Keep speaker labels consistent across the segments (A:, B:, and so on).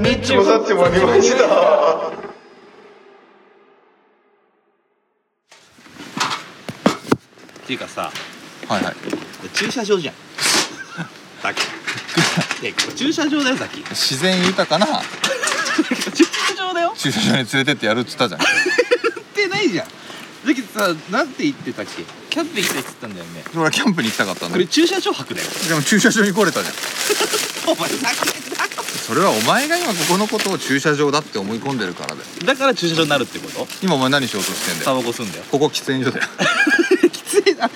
A: にちもさっちもありました。
B: っていうかさ
C: はいはい
B: 駐車場じゃん さっきいや駐車場だよさっき
C: 自然豊かな
B: 駐車場だよ
C: 駐車場に連れてってやるっつったじゃん
B: 行ってないじゃんだけどさなんて言ってたっけキャンプ行きたいって言ったんだよね
C: 俺はキャンプに行きたかったん
B: こ
C: だ
B: れ
C: で
B: 駐車場泊だよ
C: も駐車場に来れたじゃん
B: お前さっ
C: それはお前が今ここのことを駐車場だって思い込んでるからだよ
B: きだから駐車場になるってこと
C: 今お前何しようとしてんだ
B: タ
C: よ
B: バコ吸うんだよ
C: ここ喫煙所だよ
B: きついな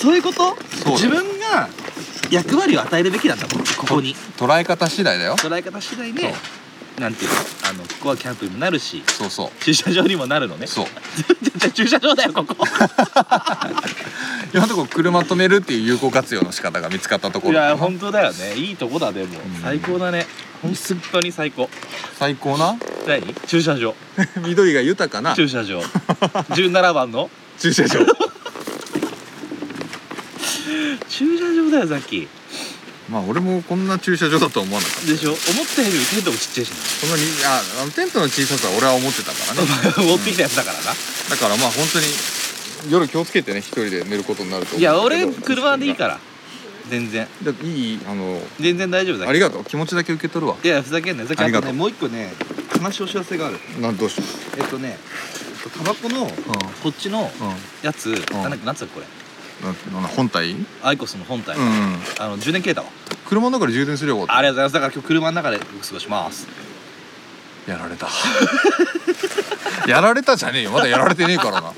B: そういうこと
C: そうだ
B: 自
C: よ
B: 分が役割を与えるべきなんだもんここに
C: 捉え方次第だよ
B: 捉え方次第でなんていうのあのここはキャンプにもなるし
C: そうそ
B: 駐車場にもなるのね
C: うそう
B: じゃあ駐車場だよここ
C: 今のところ車止めるっていう有効活用の仕方が見つかったとこ
B: いや
C: ろ
B: 本当だよねいいとこだでも
C: ん
B: 最高だね本当に最高
C: 最高な
B: 何駐車場
C: 緑が豊かな
B: 駐車場17番の
C: 駐 車場
B: 駐車場だよさっき
C: まあ俺もこんな駐車場だとは思わなかった
B: でしょ思ったよりテントもちっちゃいし
C: そんなにああのテントの小ささは俺は思ってた からね
B: な持ってきたやつだからな、
C: だからまあ本当に夜気をつけてね一人で寝ることになると思う
B: い
C: い
B: や俺車でいいから全然
C: らいいあの
B: 全然大丈夫だ
C: ありがとう気持ちだけ受け取るわ
B: いやふざけんなよさっき
C: あり
B: あ
C: が
B: と
C: とう
B: ねもう一個ね悲しいお知らせがある
C: なんどうしよ
B: えっとねえっとタバコの
C: うう
B: こっちの
C: んうん
B: やつ、なんだっけなんつうのこれ
C: なな本体うん
B: アイコスの本体、あの充電切れたわ
C: 車の中で充電すればよかっ
B: ありがとうございますだから今日車の中で過ごします
C: たやられた やられたじゃねえよまだやられてねえから な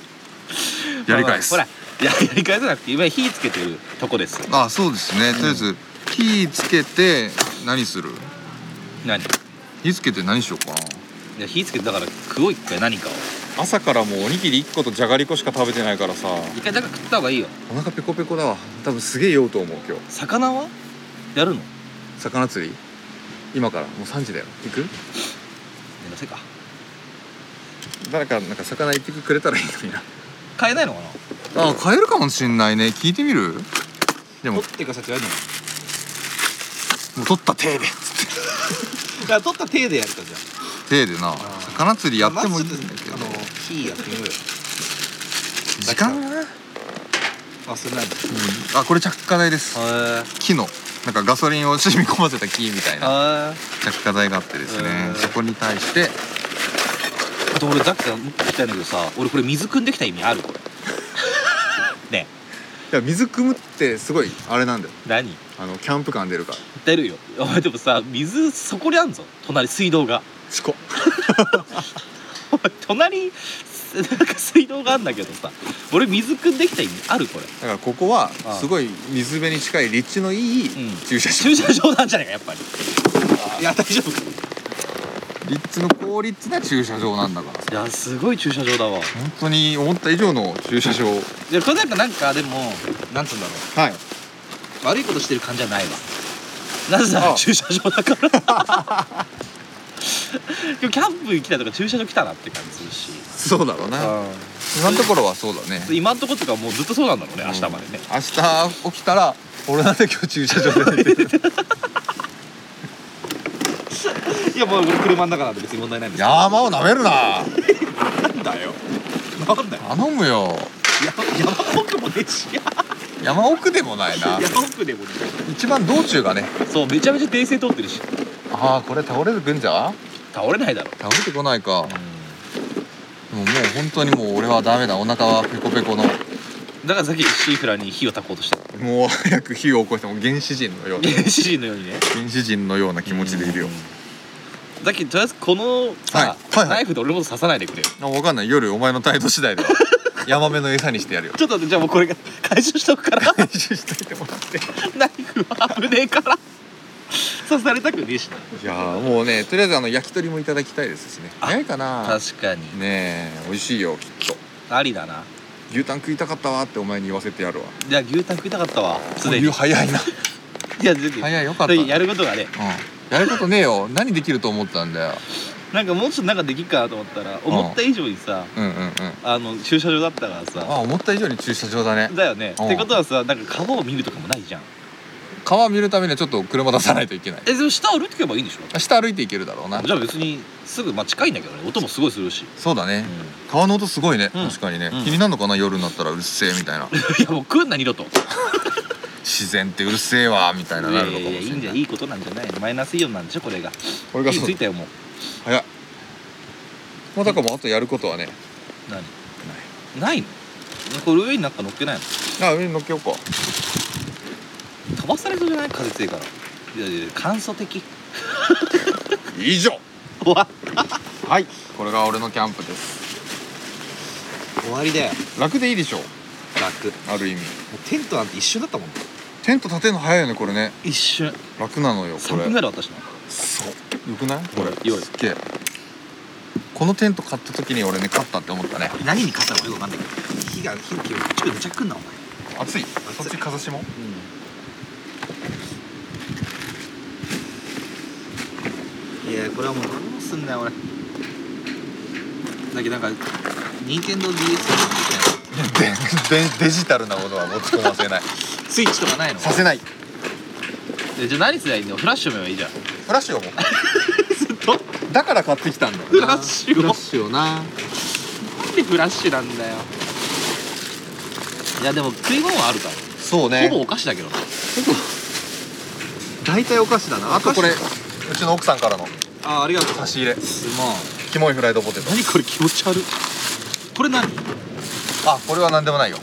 C: やり返す
B: ほらいややり返さなくて今火つけてるとこです
C: あそうですねとりあえず火つけて何する
B: 何い
C: 火つけて何しようかな
B: や火つけてだから食おう一回何かを
C: 朝からもうおにぎり1個とじゃがりこしか食べてないからさ
B: 一回だから食った方がいいよ
C: お腹ペコペコだわ多分すげえ酔うと思う今日
B: 魚はやるの
C: 魚釣り今からもう3時だよ行く
B: 寝かせか
C: 誰かなんか魚一匹くれたらいいのにな
B: 買えないのか
C: あ買えるかもしんないね聞いてみる
B: な
C: でもも
B: 取ってかさってやるの
C: う取った手で
B: だから取った手でやるかじゃ
C: 手でな
B: ー
C: 魚釣りや
B: あ
C: ってもいいんだけど
B: まずちょっとあの火やってみようよ
C: 時間がなうん
B: あそれ何へ
C: あこれ着火剤です
B: え
C: 木のなんかガソリンを染み込ませた木みたいな
B: あ
C: 着火剤があってです
B: へ
C: ね
B: ー
C: そこに対して
B: あと俺ザックさんもっと聞きたいんだけどさ俺これ水汲んできた意味ある これね
C: いや水汲むってすごいあれなんだよ
B: え何
C: あのキャンプ感出るから
B: 出るよお前でもさ水そこにあんぞ隣水道が
C: しこ
B: お前 隣すなんか水道があんだけどさ俺水汲んできた意味あるこれ
C: だからここは
B: ああ
C: すごい水辺に近い立地のいい
B: うん
C: 駐車
B: 駐
C: 場、
B: 車場なんじゃないかやっぱりいや大丈夫か
C: 立地の高立地な駐車場なんだから
B: いやすごい駐車場だわ
C: 本当に思った以上の駐車場はい
B: やこれなんかなんかでもなんつうんだろ
C: いう
B: 悪いことしてる感じじゃないわなぜな
C: あ
B: ら
C: あ
B: 駐車場だから今日キャンプ来たとか駐車場来たなって感じするし
C: そうだろうな今のところはそうだね
B: 今んとことかもうずっとそうなんだろうね明日までね、
C: 明日起きたら俺なんで今日駐車場で寝てる
B: いやもう俺車の中なんで別に問題ないんです
C: 山をなめる
B: な
C: な
B: んだよなんだよ
C: 頼むよ
B: 山山奥もねえし
C: 山奥でもないな
B: 山奥でもね
C: 一番道中がね
B: えそうめちゃめちゃ訂正通ってるし
C: ああこれ倒れてくんじゃ
B: 倒れないだろ
C: 倒れてこないかでももう本当にもう俺はダメだお腹はペコペコの
B: だからさっきシーフラーに火を焚こうとした
C: もう早く火を起こしても原始人のような
B: 原始人のようにね
C: 原始人のような気持ちでいるよ
B: だっけとりあえずこのさ、
C: はいはいはい
B: ナイフで俺のこと刺さないでくれよ
C: あ分かんない夜お前の態度次第で はヤマメの餌にしてやるよ
B: ちょっと待ってじゃあもうこれが回収しと くから
C: 編集しと いてもらって
B: ナイフは危ねえから刺されたくねえしない
C: やーもうねとりあえずあの焼き鳥もいただきたいですしね
B: あ
C: 早いかな
B: 確かに
C: ねえ美味しいよきっと
B: ありだな
C: 牛タン食いたかったわってお前に言わせてやるわ
B: じゃあ牛タン食いたかったわすで
C: もう
B: に
C: 早いな
B: いやぜひ
C: 早いよかったね
B: やることがね
C: うんやることねえよ何できると思ったんだよ
B: なんかもうちょっとなんかできっかなと思ったら思った以上にさ、
C: うんうんうん
B: あの駐車場だったからさ
C: あ思った以上に駐車場だね
B: だよね
C: うん
B: ってことはさなんか川を見るとかもないじゃん
C: 川見るためにはちょっと車出さないといけない
B: えでも下歩いてけばいいんでしょ
C: 下歩いていけるだろうな
B: じゃあ別にすぐまあ近いんだけどね音もすごいするし、
C: そう だね
B: うん
C: 川の音すごいね、
B: うん
C: 確かにね、
B: うん
C: 気になるのかな夜になったらうるせえみたいな
B: いやもう来んな二度と
C: 自然ってうるせえわみたいななるのかもしれない
B: いやいやいいんじゃいいことなんじゃないマイナスイオンなんでしょこれが
C: これ
B: 気
C: が
B: づいたよもう
C: 早いまあだからもうあとやることはね
B: 何ないのこれ上になんか乗っけないの
C: あ上に乗っけようか
B: 飛ばされそうじゃない風強いからいやいや簡素的
C: 以上
B: 終わ
C: はいこれが俺のキャンプです
B: 終わりだよ
C: 楽でいいでしょ
B: 楽も
C: ある意味
B: うテントなんて一瞬だったもん
C: テント立てるの早いよねこれね
B: 一瞬
C: 楽なのよこ
B: 3
C: れ
B: 分ぐらい私の
C: そうよくないこれ
B: よい
C: すっげえこのテント買った時に俺ね勝ったって思ったね
B: 何に勝ったのかよくわかんないけど火が火を切るちょっとめちゃくんなお前
C: 暑いそっち風下
B: うんいやこれはもうどうすんだよ俺だけどなんか任天堂 d s みた
C: ででデジタルなものは持ち込ませない
B: いなスイッチとかないの
C: させない
B: えじゃあ何すりゃいいのフラッシュもい いじゃん
C: フラッシュをも
B: と
C: うだから買ってきたんだよ
B: フラッシュ
D: フ
B: を
D: ラッシュをな
B: なんでフラッシュなんだよいやでも食い物はあるから、
C: そう
B: ほぼお菓子だけどな
D: 大体お菓子だな
C: あとこれ
D: お
C: う
D: 菓子
C: ちの奥さんからの
D: あありがとう
C: 差し入れ
D: すまん
C: キモいフライドポテト
B: 何これ気持ち悪いこれ何
C: あこれは何でもないよ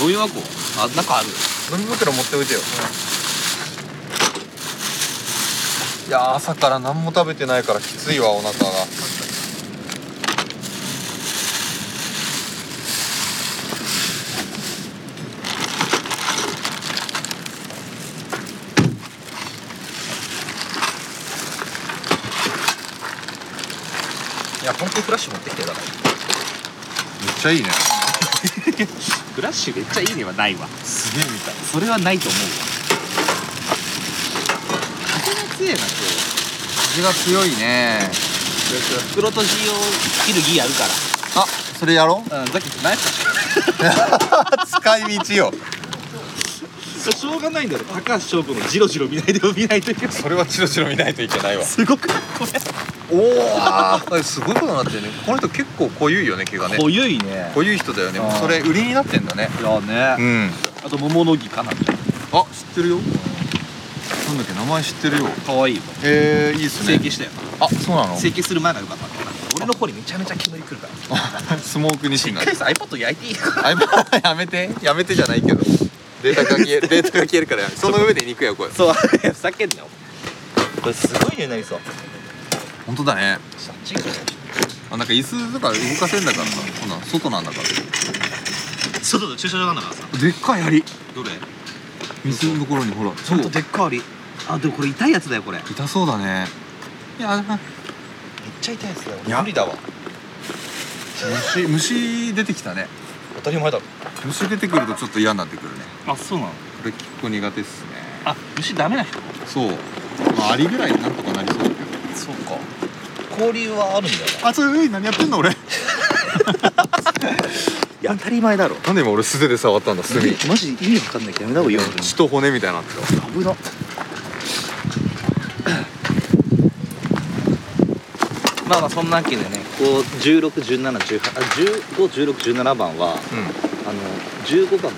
B: ゴミ箱あ中ある
C: 飲み袋持っておいてよ、いやー朝から何も食べてないからきついわお腹が
B: いや本当にフラッシュ持ってきてだから
C: めっちゃいいね
B: フラッシュめっちゃいいねはないわ
C: すげえみたい
B: それはないと思うわ風が強いな今日
C: 味が強いね
B: 袋とじを切るギアあるか
C: あそれやろう
B: らうんさっきナイフ
C: 使い道よ
B: しょうがないんだよ高橋翔子のジロジロ見ないで見ないといけない
C: それはチロチロ見ないといけないわ
B: すごくないこ
C: おおすごいことになってるねこの人結構濃ゆいよね毛がね
B: れ濃ゆいね
C: 濃ゆい人だよね
B: あー
C: それ売りになってんだね
B: いやね
C: うん
B: あと桃の木かな
C: あ知ってるよなんだっけ名前知ってるよ
B: 可愛いよ
C: えー、いいっす
B: 整
C: ね
B: 形したよ
C: あそうなの
B: 整形する前が良かったんだよな俺の方にめちゃめちゃ煙くるから一
C: スモークニシンが
B: 回さ iPad 焼いていい
C: あやめ てやめてじゃないけどデータが消 えデータが消えるからやめその上で肉やこれ
B: そうふざけんなよこれすごい匂いになりそう
C: 本当だね
B: そっち行く
C: あなんか椅子とか動かせんだからさほな外なんだか
B: 外の駐車場なんだからさ
C: らでっかい槍
B: どれ
C: 水のところにほら
B: ちゃんとでっかいありあでもこれ痛いやつだよこれめっ
C: 痛そうだねいや
B: ちゃ痛いやつだよ
C: いや
B: 無理だわ
C: 虫虫出てきたね
B: 当たり前だろ
C: 虫出てくるとちょっと嫌になってくるね
B: あそうなの
C: これ結構苦手っすね
B: あ虫ダメな人
C: そうまあアリぐらいなんとかなりそうだけど
B: そうか交流はあるんだよ
C: あそれ何やってんの俺
B: いや当たり前だろ
C: なんで今俺素手で触ったんだ炭
B: マジ意味わかんないけどやめた方がいいよ
C: 血と骨みたいになってた
B: 危なまあまあそんなわけでねこう161718あ151617番はあ
C: うん
B: の15番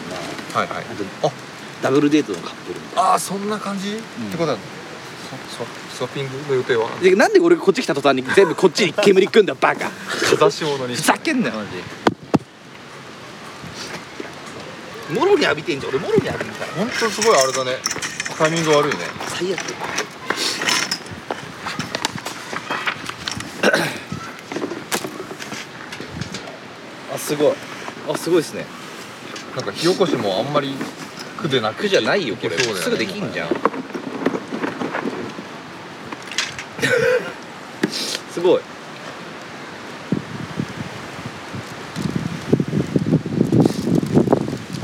B: が
C: はいはい
B: あと
C: あ
B: ダブルデートのカップル
C: ああそんな感じ、
B: ん
C: ってことはスワスワッピングの予定は
B: でなんで俺がこっち来た途端に全部こっちに煙くんだバカふ
C: 風下物に
B: ざけんなよマジもろに浴びてんじゃん俺もろに浴びるから
C: 本当すごいあれだねタイミング悪いね
B: 最悪あすごいあすごいですね
C: なんか火起こしもあんまり苦でなく
B: 苦じゃないよこれ、
C: いけそうだよね
B: すぐできんじゃん すごい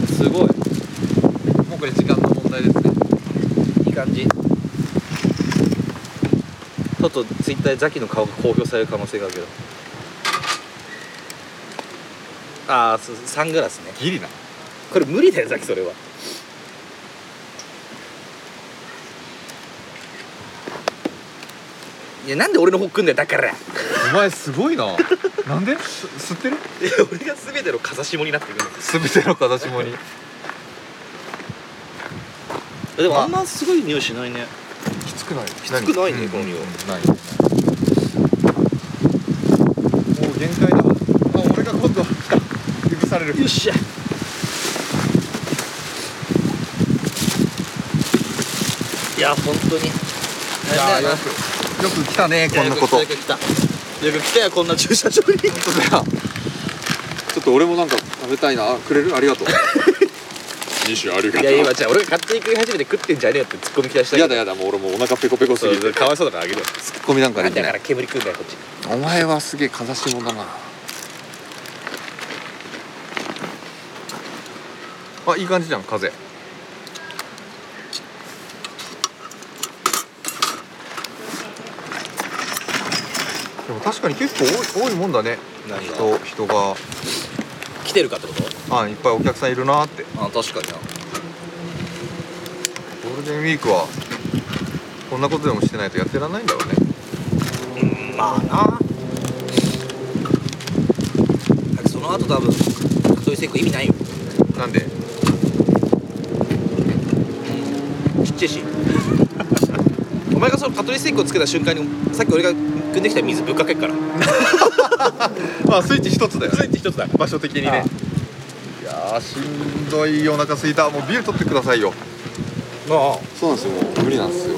B: すごい
C: もうこれ時間の問題ですね
B: いい感じちょっとツイッターでザキの顔が公表される可能性があるけどああサングラスね
C: ギリな
B: これ無理だよザキそれはいやなんで俺の方来んだよだからい
C: お前すごいな なんです吸ってる
B: や 俺が全ての風下になってくる
C: 全ての形もに
B: でも
C: まあ
B: あんますごい匂いしないね
C: きつくないき
B: つくないねこの匂い
C: ないもう限界だあ俺が今度来た許される
B: よっしゃいや本当に
C: いや
B: あ
C: ーよくよく来たねこんなこと
B: よく来たよく来たよこんな駐車場に
D: ちょっと俺もなんか食べたいなあくれるあり がとう二種ありが
B: いや今じゃあ俺が勝手に食い始めて食ってんじゃねえよってツッコミ期待した
D: やだやだもう俺もうお腹ペコペコす
B: そう
D: ぎ
B: そ
D: て
B: うかわいそうだからあげるよ
D: ツッコミなんか
B: な
D: で
B: ん
D: き
B: だ
D: な
B: か
D: い
B: ら煙食うんだよこっち
D: お前はすげえ風下だな
C: あいい感じじゃん風でも確かに結構多い多いもんだね
B: 何
C: 人人が
B: 来てるかってこと
C: あいっぱいお客さんいるなって
B: あ確かにな
C: ゴールデンウィークはこんなことでもしてないとやってらんないんだろうね
B: うんまあなだってその後多分そういう成功意味ないよ
C: なんで
B: ちっちゃいし お前がそのカトリーステークをつけた瞬間にさっき俺が組んできた水ぶっかけっから
C: まあスイッチ一つだよ
B: スイッチ一つだ
C: 場所的にねいやーしんどいお腹すいたもうビール取ってくださいよ
B: あ
D: そうなんですよもう無理なんですよ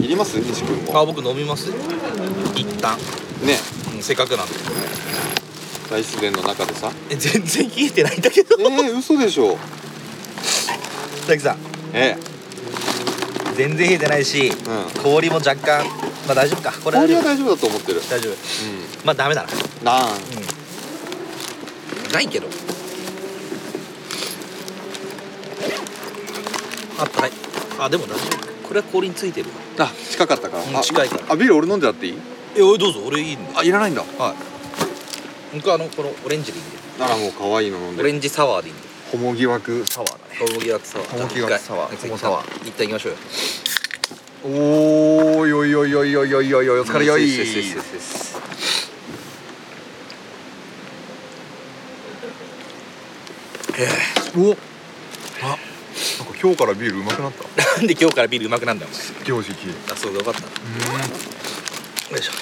D: いります西君
B: あ
D: も
B: あ僕飲みます一旦、
D: ね
B: うん、せっかくなんで
D: 大自然の中でさ
B: え全然冷えてないんだけど
D: えー、嘘でしょ
B: 滝さん
D: え
B: 全然冷えてないし
D: えうん
B: 氷も若干まあ大丈夫かこれ大
D: 氷は
B: 丈夫
D: 大丈夫だと思ってる
B: 大丈夫
D: う
B: まあダメだなん
D: なん
B: うんないけどあったはいあでも大丈夫これは氷についてるわ
D: あ近かったか
B: うん
D: あ
B: 近いから
D: あビール俺飲んじゃっていい
B: えおいどうぞ俺いいんで
D: あいらないんだ
B: はい僕はあのこのオレンジでいいんで
D: ならもう可愛いの飲ん
B: オ
D: で
B: レンジサワーでいいんで
C: ホモ疑惑サワーだね
B: ホモギワクサワー
C: ホモギワクサワー
B: じゃあ一回
C: ホモサワー
B: 一旦一旦行きましょうよ
C: おーよいよいよいよいよいよいよいお疲れよい
B: よしよしよしよし
C: おあなんか今日からビールうまくなった
B: なんで今日からビールうまくなんだよお
C: 行事期
B: 前あそうだよかったよいしょ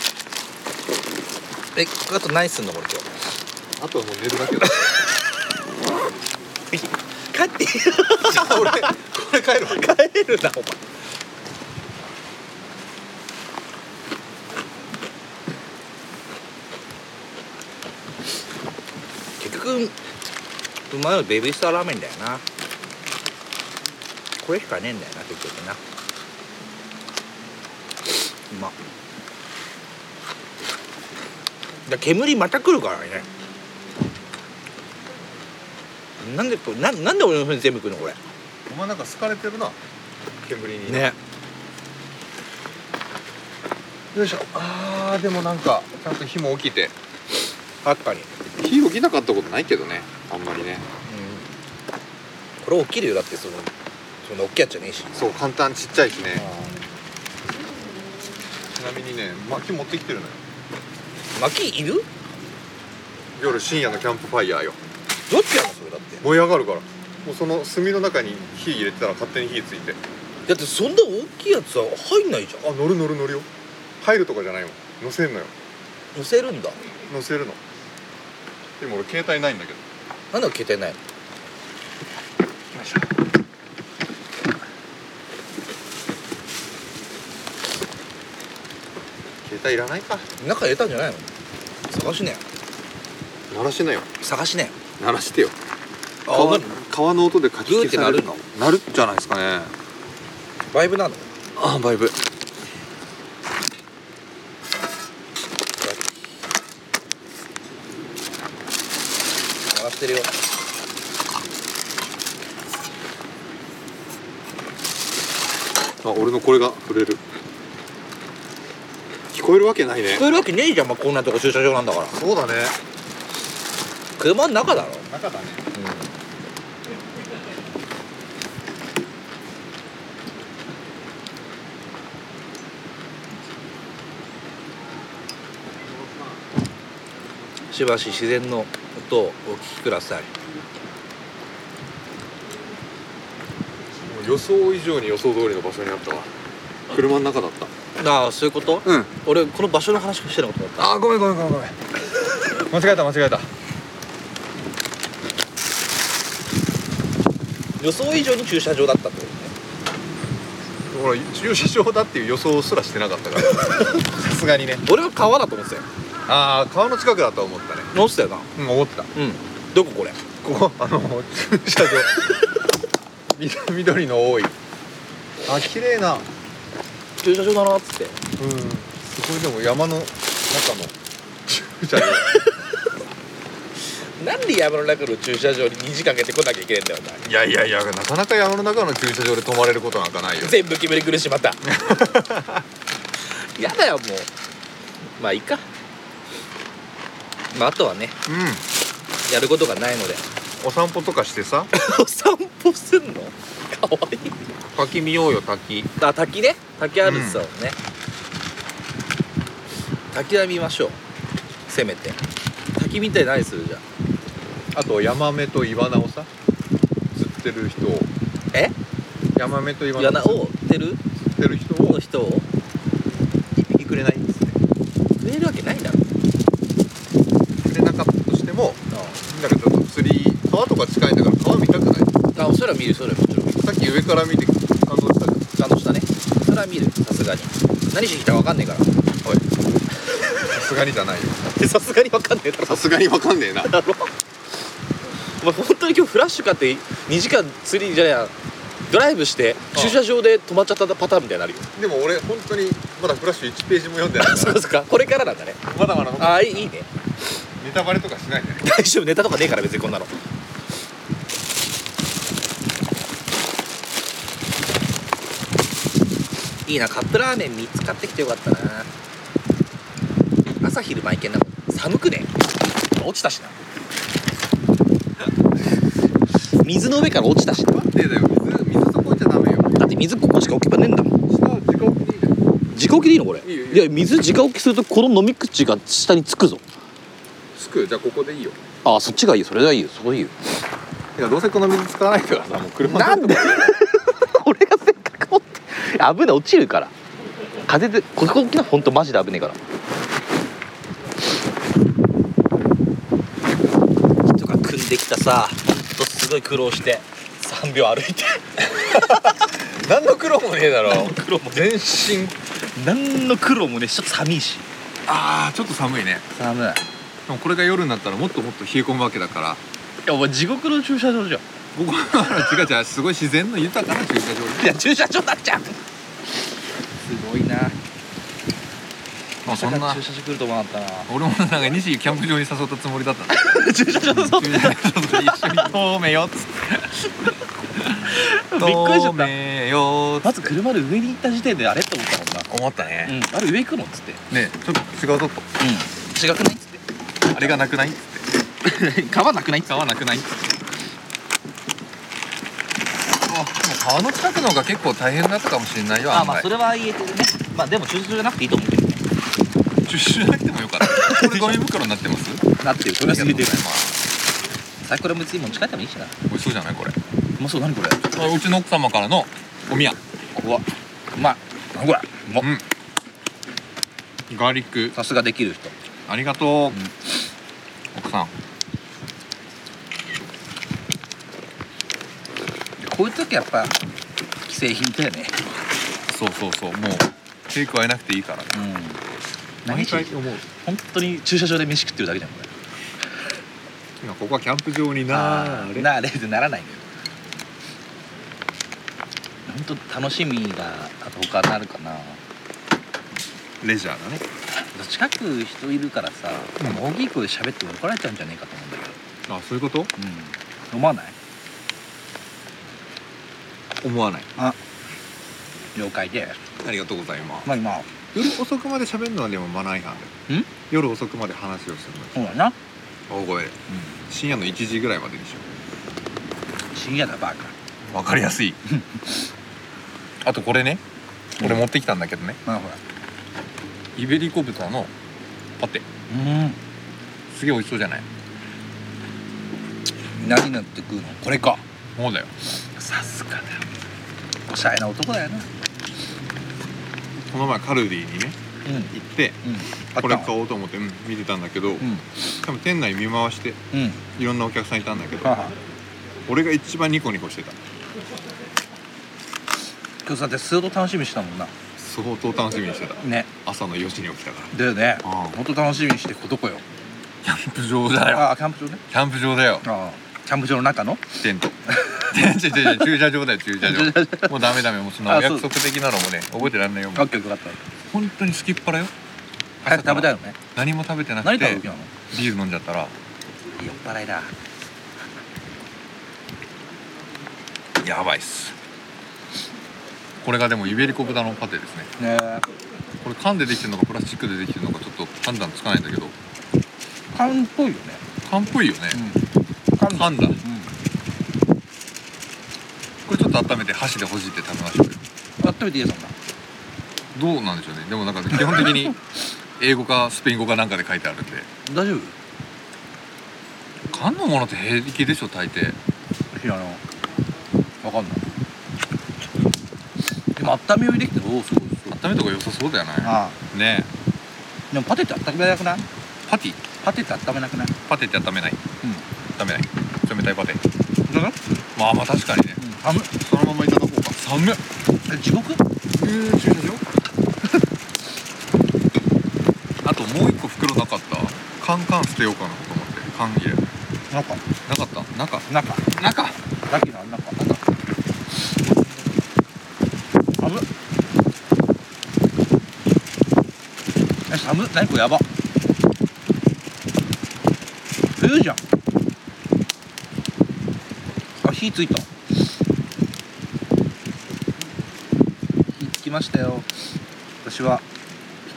B: えあと何すんのこれ今日
D: あとはもう寝るだけだ
B: 帰って 俺俺帰る帰るなお前結局うまいのベビースターラーメンだよなこれしかねえんだよな結局なうまっだ煙また来るからねなんでこれななんで俺の風に全部来るのこれ
C: お前なんか好かれてるな煙に
B: ね
C: よいしょあーでもなんかちゃんと火も起きて
B: 確かに、
D: 火起きなかったことないけどねあんまりね
B: これ起きるよだってそのその大きいやつじゃねえし
C: そう簡単ちっちゃいしねちなみにね薪持ってきてるのよ
B: 薪いる
C: 夜深夜のキャンプファイヤーよ
B: どっちやのそれだって
C: 燃え上がるからもうその炭の中に火入れてたら勝手に火ついて
B: だってそんな大きいやつは入んないじゃん
C: あ乗る乗る乗るよ入るとかじゃないもん乗せんのよ
B: 乗せるんだ
C: 乗せるのでも俺携帯ないんだけど
B: なんだ携帯ないの
C: 携帯いらないか
B: 中入れたんじゃないの探しね
D: 鳴らしなよ
B: 探しね
D: 鳴らしてよ
B: あ
D: 川
B: な
D: 川の音でかき消される
B: グーって
D: 鳴るんじゃないですかね
B: バイブなの
D: あバイブ
B: 探してるよ
D: あ俺のこれが触れる聞こえるわけないね
B: 聞こえるわけねえじゃん、まあ、こんなとこ駐車場なんだから
C: そうだね
B: 車の中だろ
C: 中だね
B: しばし自然の音をお聞きください
C: もう予想以上に予想通りの場所にあったわ車の中だった
B: ああそういうこと、
C: うん
B: 俺この場所の話してなかと思った
E: あーごめんごめんごめんごめん間違えた間違えた
B: 予想以上に駐車場だったってことね
C: ほら駐車場だっていう予想すらしてなかったから さすがにね
B: 俺は川だと思ってたよ
C: ああ川の近くだと思ったね
B: 思ってたよな
C: うん思ってた
B: うんどここれ
C: ここあ の駐車場み緑の多いあ綺麗なうん
B: 駐車場だなっつって
C: すごいでも山の中の駐車場
B: なんで山の中の駐車場に2時間かけて来なきゃいけないんだよお
C: いやいやいやなかなか山の中の駐車場で泊まれることなんかないよ
B: 前全部決めてくるしま たやだよもうまあいいかまああとはね
C: う
B: やることがないので
C: んお散歩とかしてさ
B: お散歩すんのかわいい
C: 滝見ようよ滝
B: あ滝ね滝あるさをね、滝は見ましょうせめて滝見たり何するじゃん
C: あとヤマメとイワナをさ釣ってる人を
B: え
C: ヤマメとイワ
B: イワ
C: ナ
B: ナ
C: を
B: をてる
C: 釣ってる人
B: の
C: を
B: 人を
C: 一匹くれないんですね
B: 食えるわけないだろ
C: くれなかったとしてもなんかちょっと釣り川とか近いんだから川見たくない
B: ああ空見る空見る
C: さっき上から見て感動したじゃん
B: あの下ね空見るさすがに何してきたか分かんねえから
C: おいさすがにじゃないよ
B: さすがに分かんねえだろ
C: さすがにわかんねえな
B: だろお前本当に今日フラッシュ買って2時間釣りじゃねえやドライブして
C: ああ
B: 駐車場で止まっちゃったパターンみたいになるよ
C: でも俺本当にまだフラッシュ1ページも読んでない
B: あそう
C: か
B: ですかこれからなんだね
C: らまだまだ
B: ああいいいいね
C: ネタバレとかしないで
B: 大丈夫ネタとかねえから別にこんなのいいなカップラーメン3つ買ってきてよかったな朝昼毎見な寒くね落ちたしな水の上から落ちたしな
C: 待ってだよ水水そこ行っちゃダメよ
B: だって水ここしか置き場ねえんだもん
C: 下は時間置きでいいじゃん
B: 直置きでいいのこれ
C: いいよいい
B: い
C: よ
B: や水直置きするとこの飲み口が下につくぞ
C: つくじゃあここでいいよ
B: ああそっちがいいよそれがいいよそこいいよ
C: いやどうせこの水使わないからさもう車
B: なんで これがせっかく持って危ない落ちるから風でここ沖縄本当マジで危ねえから人が組んできたさほんとすごい苦労して3秒歩いて
C: 何の苦労もねえだろ
B: 苦労も
C: 全身
B: 何の苦労もねちょっと寒いし
C: あーちょっと寒いね
B: 寒いい
C: でもこれが夜になったらもっともっと冷え込むわけだから
B: やお前地獄の駐車場じゃん
C: ここは違う違うすごい自然の豊かな駐車場
B: いや駐車場だっちゃんすごいな
C: まあそんな
B: 駐車場来ると思わなかっ
C: 俺もなんか西キャンプ場に誘ったつもりだったんだ
B: たな駐車場そう
C: 駐車場で一緒に遠めよっつって
B: びっくりしちゃっ
C: 遠
B: た
C: めよっ
B: まず車で上に行った時点であれって思ったもんな
C: 思ったね
B: うん、あれ上行くのっつって
C: ねえちょっと違うとこ
B: うん違くないっつっ
C: あれがなくないっつっ
B: て
C: て
B: 川なくないっつって
C: 川なくないっつってあでも川の近くの方が結構大変だったかもしれないよ
B: あ
C: 案
B: まあそ
C: 外
B: れは言えてるねまあでも駐車場じゃなくていいと思うけどね
C: 出資しなくてもよかったこ れゴミ袋になってます
B: なってる
C: ありがとうございま
B: さ
C: す
B: っきこれも別に持ち帰ってもいいしな
C: 美味しそうじゃないこれ
B: うまそう何これ
C: あうちの奥様からのおみや
B: うわうまい何これうまっ
C: うんガーリック
B: さすができる人
C: ありがとう、奥さん
B: こういう時やっぱ既製品だよね
C: そうそうそうもう手加えなくていいから
B: うん毎回
C: 思う
B: 本当に駐車場で飯食ってるだけじゃんこれ
C: 今ここはキャンプ場に
B: あ
C: な
B: ー
C: ーれ
B: なあれってならないのよ本当楽しみがあと他になるかな
C: レジャーだね
B: 近く人いるからさ、
C: うん
B: 大きい声で喋っても怒られちゃうんじゃねえかと思うんだけど、
C: あそういうこと
B: うん、思わない
C: 思わない
B: 了解で
C: ありがとうございます
B: まあ今
C: 夜遅くまで喋るのはでもマナー違反だよ
B: ん
C: 夜遅くまで話をする
B: そうだな、
C: の大声で深夜の1時ぐらいまでにしよ
B: 深夜だバカ
C: うわかりや すいあとこれねこれ持ってきたんだけどね
B: まあほら
C: イベリコ豚のパテ
B: うん
C: すげえ美味しそうじゃない
B: 何塗って食うのこれか
C: そうだよ
B: さすがだおしゃれな男だよな
C: この前カルディにね
B: うんうん
C: 行って
B: あった
C: これ買おうと思って、うん見てたんだけど、
B: うん
C: 多分店内見回して
B: うん
C: いろんなお客さんいたんだけど
B: はあはあ
C: 俺が一番ニコニコしてた
B: 今日だって数度楽しみにしてたもんな
C: 相当楽しみにしてた
B: ね
C: 朝の4時に起きたから
B: だよね
C: ああ
B: 本当楽しみにしてこどこよ
C: キャンプ場だよ
B: ああキャンプ場ね
C: キャンプ場だよ
B: ああキャンプ場の中の
C: テント 違う違う違う駐車場だよ駐車場もうダメダメもうその
B: あ
C: お
B: そう
C: 約束的なのもね覚えてらんないよも
B: オ
C: う
B: ッケーよかった
C: 本当にすきっ腹よ
B: 早く食べたいのね
C: 何も食べてなく
B: 何
C: て
B: 食べる気なの
C: ビール飲んじゃったら
B: 酔っ払いだ
C: やばいっすこれがでもイベリコ豚のパテですね
B: ね
C: これ缶でできてるのかプラスチックでできてるのかちょっと判断つかないんだけど
B: 缶っぽいよね
C: 缶っぽいよね、
B: うん缶
C: 缶だ
B: うん
C: これちょっと温めて箸でほじって食べましょうよ
B: やってみていいよそんな
C: どうなんでしょうねでもなんか基本的に英語かスペイン語かなんかで書いてあるんで
B: 大丈夫
C: 缶のものって平気でしょ大抵
B: 知らないわかんないでも温めようできてるおおすごいすごい
C: 温めた方が良さそうだよね
B: あ
C: ね
B: あ
C: え
B: でもパテって温めなくない
C: パティ
B: パテって温めなくない
C: パテって温めない
B: うん
C: 温めない冷たいパテ
B: だから
C: まあまあ確かにね
B: うん寒っ
C: そのままいただこうか寒っ
B: え地獄
C: 駐車場あともう一個袋なかったカンカン捨てようかなと思って缶入れな
B: なんか
C: かった中
B: 中
C: 中
B: ラッキーななんかなんか寒っえ寒っ何これやば冬じゃんあ火ついた火つきましたよ私は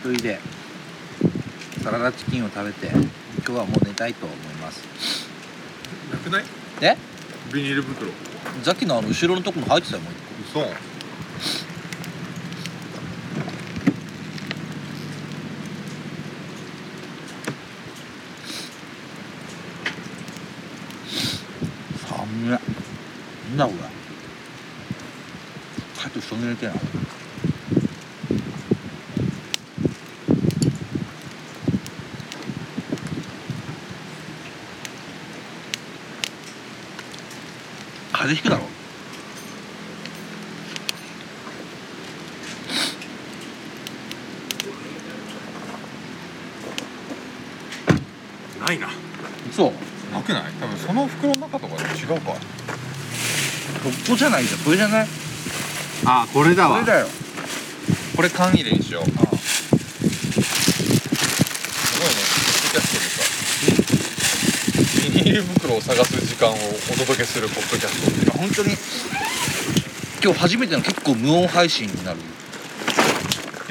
B: 一人でサラダチキンを食べて今日はもう寝たいと思います
C: なくない
B: え
C: ビニール袋
B: ザキのあの後ろのとこも入ってたよもう一個
C: そう
B: 寒いなんだこれ帰って布団に入れてえな風邪ひくだろ
C: ないな
B: そう
C: なくない多分その袋の中とかで違うか
B: ここじゃないじゃんこれじゃない
C: あこれだ
B: これだよ
C: これ缶入れにしようすごいねポッドキャストでさビニール袋を探す時間をお届けするポッドキャスト
B: いや本当に今日初めての結構無音配信になる
C: い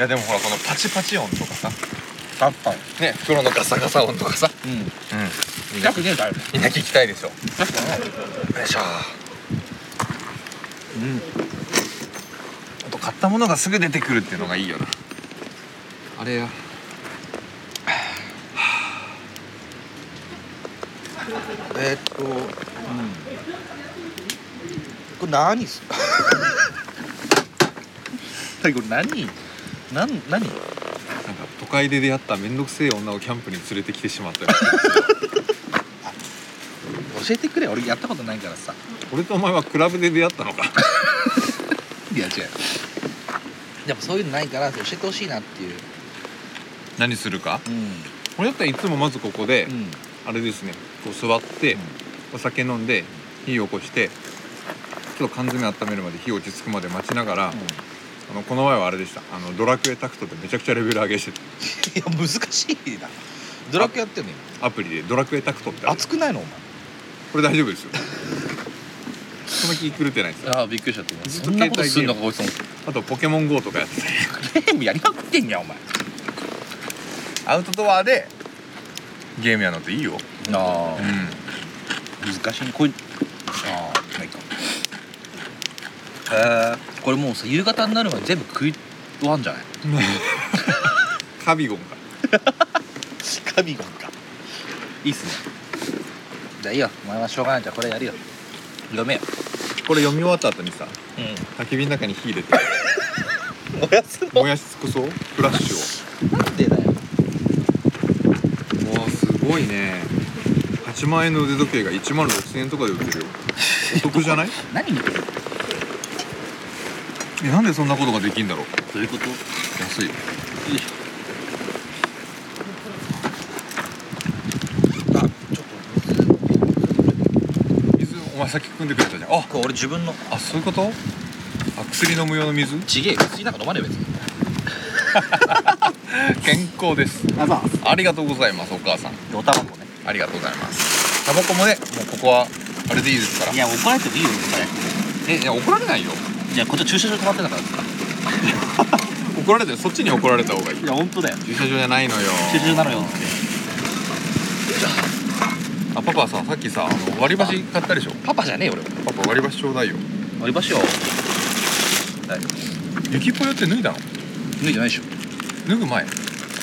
C: やでもほらこのパチパチ音とかさ
B: 確かに
C: ね袋のガサガサ音とかさ
B: うん
C: うんみんな
B: 痛くねえだよ
C: みんな聞きたいでしょよ
B: 確かに
C: いしょ
B: うん
C: あと買ったものがすぐ出てくるっていうのがいいよなあれや
B: えーっと、うん、これ何す 何これ何なん何
C: なんか都会で出会った面倒くせえ女をキャンプに連れてきてしまったよ
B: 教えてくれ俺やったことないからさ
C: 俺とお前はクラブで出会ったのか
B: いや違うでもそういうのないから教えてほしいなっていう
C: 何するか
B: うん
C: 俺だったらいつもまずここで、
B: うん
C: あれですねこう座って、お酒飲んで火を起こしてちょっと缶詰温めるまで火落ち着くまで待ちながら、
B: うん
C: あのこの前はあれでしたあのドラクエタクトでめちゃくちゃレベル上げして
B: いや難しいなドラッグやってんのよ
C: たアプリでドラクエタクトってある
B: 熱くないのお
C: これ大丈夫ですよその気狂ってないです
B: 前ああびっくりしちゃった
C: そんなことすんの
B: かこいつも
C: あとポケモン GO とかやってたり
B: ゲームやりまくってんじゃんお前
C: アウトドアでゲームやるのっていいよ
B: あ
C: う
B: あ
C: ん
B: 難しいこれああないかえー、これもうさ夕方になるまで全部食い終わんじゃない
C: カビゴンか
B: カビゴンか
C: いいっすね
B: じゃあいいよお前はしょうがないじゃあこれやるよ読めよ
C: これ読み終わった後にさ
B: う
C: 焚き火の中に火入れて
D: 燃やすの
C: 燃やし尽くそうフラッシ
B: んなんでだよ
C: ュをわあすごいね8万円の腕時計が1万6000円とかで売ってるよお得じゃない
B: 何見てる
C: えなんでそんなことができんだろう
B: どういうこと
C: 安いよ
B: あちょっと
C: 水お前先汲んでくれたじゃんあ
B: これ俺自分の
C: あそういうことあ薬飲む用の水
B: ちげえよ水なんか飲まねえよ別に
C: 健康です
B: あま
C: ありがとうございますお母さん
B: あおたばこね
C: ありがとうございますタバコもねもうここはあれでいいですから
B: いや怒られてもいいよこれ
C: えいや怒られないよ
B: じゃあこっちは駐車場止まってんだから
C: 怒られてそっちに怒られた方がいい
B: いや本当だよ
C: 駐車場じゃないの よ
B: 駐車場なのよって
C: あパパささっきさあの割り箸買ったでしょ
B: パパじゃねえよ俺
C: パパ割り箸ちょうだいよ
B: 乗り場所
C: 雪ぽよって脱いだの
B: 脱いでないでしょ
C: 脱ぐ前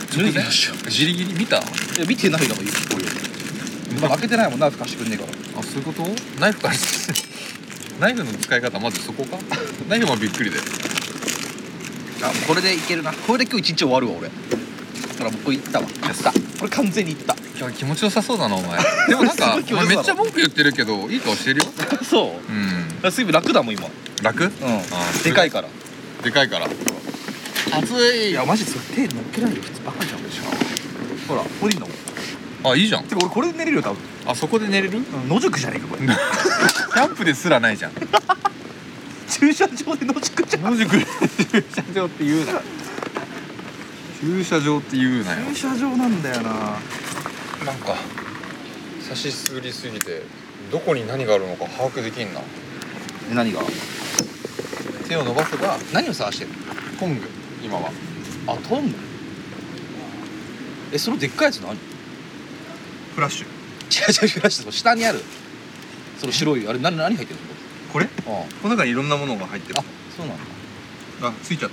B: 脱いでないでしょ
C: ギリギリ見た
B: いや見てないのがいいこういう負けてないもんな貸してくんねえから
C: あそういうことナイフから ナイフの使い方まずそこ かナイフもびっくりだよ
B: あこれでいけるなこれで今日一日終わるわ俺ほらもうこれいったわいったこれ完全にいった
C: 今日気持ちよさそうだなお 前でもなんか
B: すごい気
C: お
B: 持ちよさそうだ
C: 前めっちゃ文句言ってるけどいい顔してるよ
B: そう
C: うん
B: 水分楽だもん今う
C: 楽うん
B: ん
C: ー
B: でかいから
C: でかいから
B: 熱いいやマジそれ手乗っけないよ普通バカじゃん俺しかほらこれでいいんだもんて
C: あいいじゃん
B: か俺これで寝れるよ多分
C: あそこで寝れる
B: 野宿じゃねえかこれ
C: キャンプですらないじゃん
B: 駐車場で野宿じゃ
C: 野宿駐車場って言うな 駐車場って言うなよ
B: 車場なんだよな
C: なんか差しすりすぎてどこに何があるのか把握できんな
B: 何が
C: 手を伸ばせば
B: 何を探してる
C: トング今は
B: あトングえそのでっかいやつ何違う
C: フラッシュ
B: 違う違うその下にあるその白いあれ何何入ってる
C: これ
B: のうん
C: この中にいろんなものが入って
B: あそうなんだ
C: あついちゃっ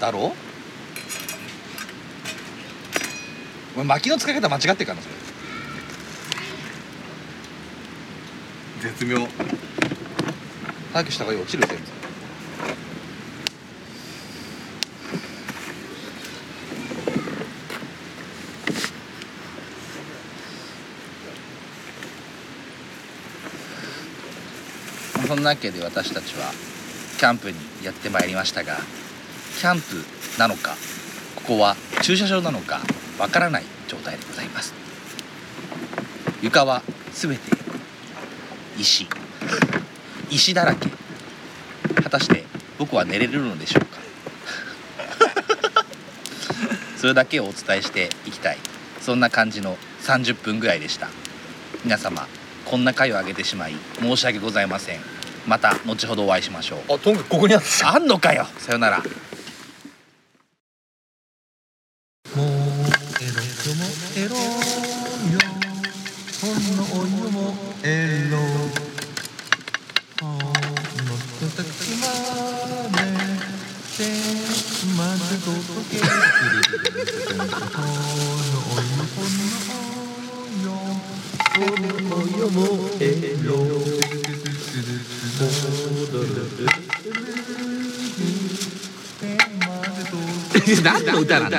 C: た
B: だろお前薪の使い方間違ってるからなそれ
C: 絶妙
B: 早くした方がいいよ落ちる全部そんなわけで私たちはキャンプにやってまいりましたがキャンプなのかここは駐車場なのかわからない状態でございます床は全て石石だらけ果たして僕は寝れるのでしょうか それだけをお伝えしていきたいそんな感じの30分ぐらいでした皆様こんな回をあげてしまい申し訳ございませんまた後ほどお会いしましょう
C: あトングここにあった
B: あんのかよさよなら
F: もうエロくもエロよほんのお湯もエロほんのとたくまでてまずごとけほんのお湯ほんのお湯ほんのお湯もエロ
B: 何の歌なんだ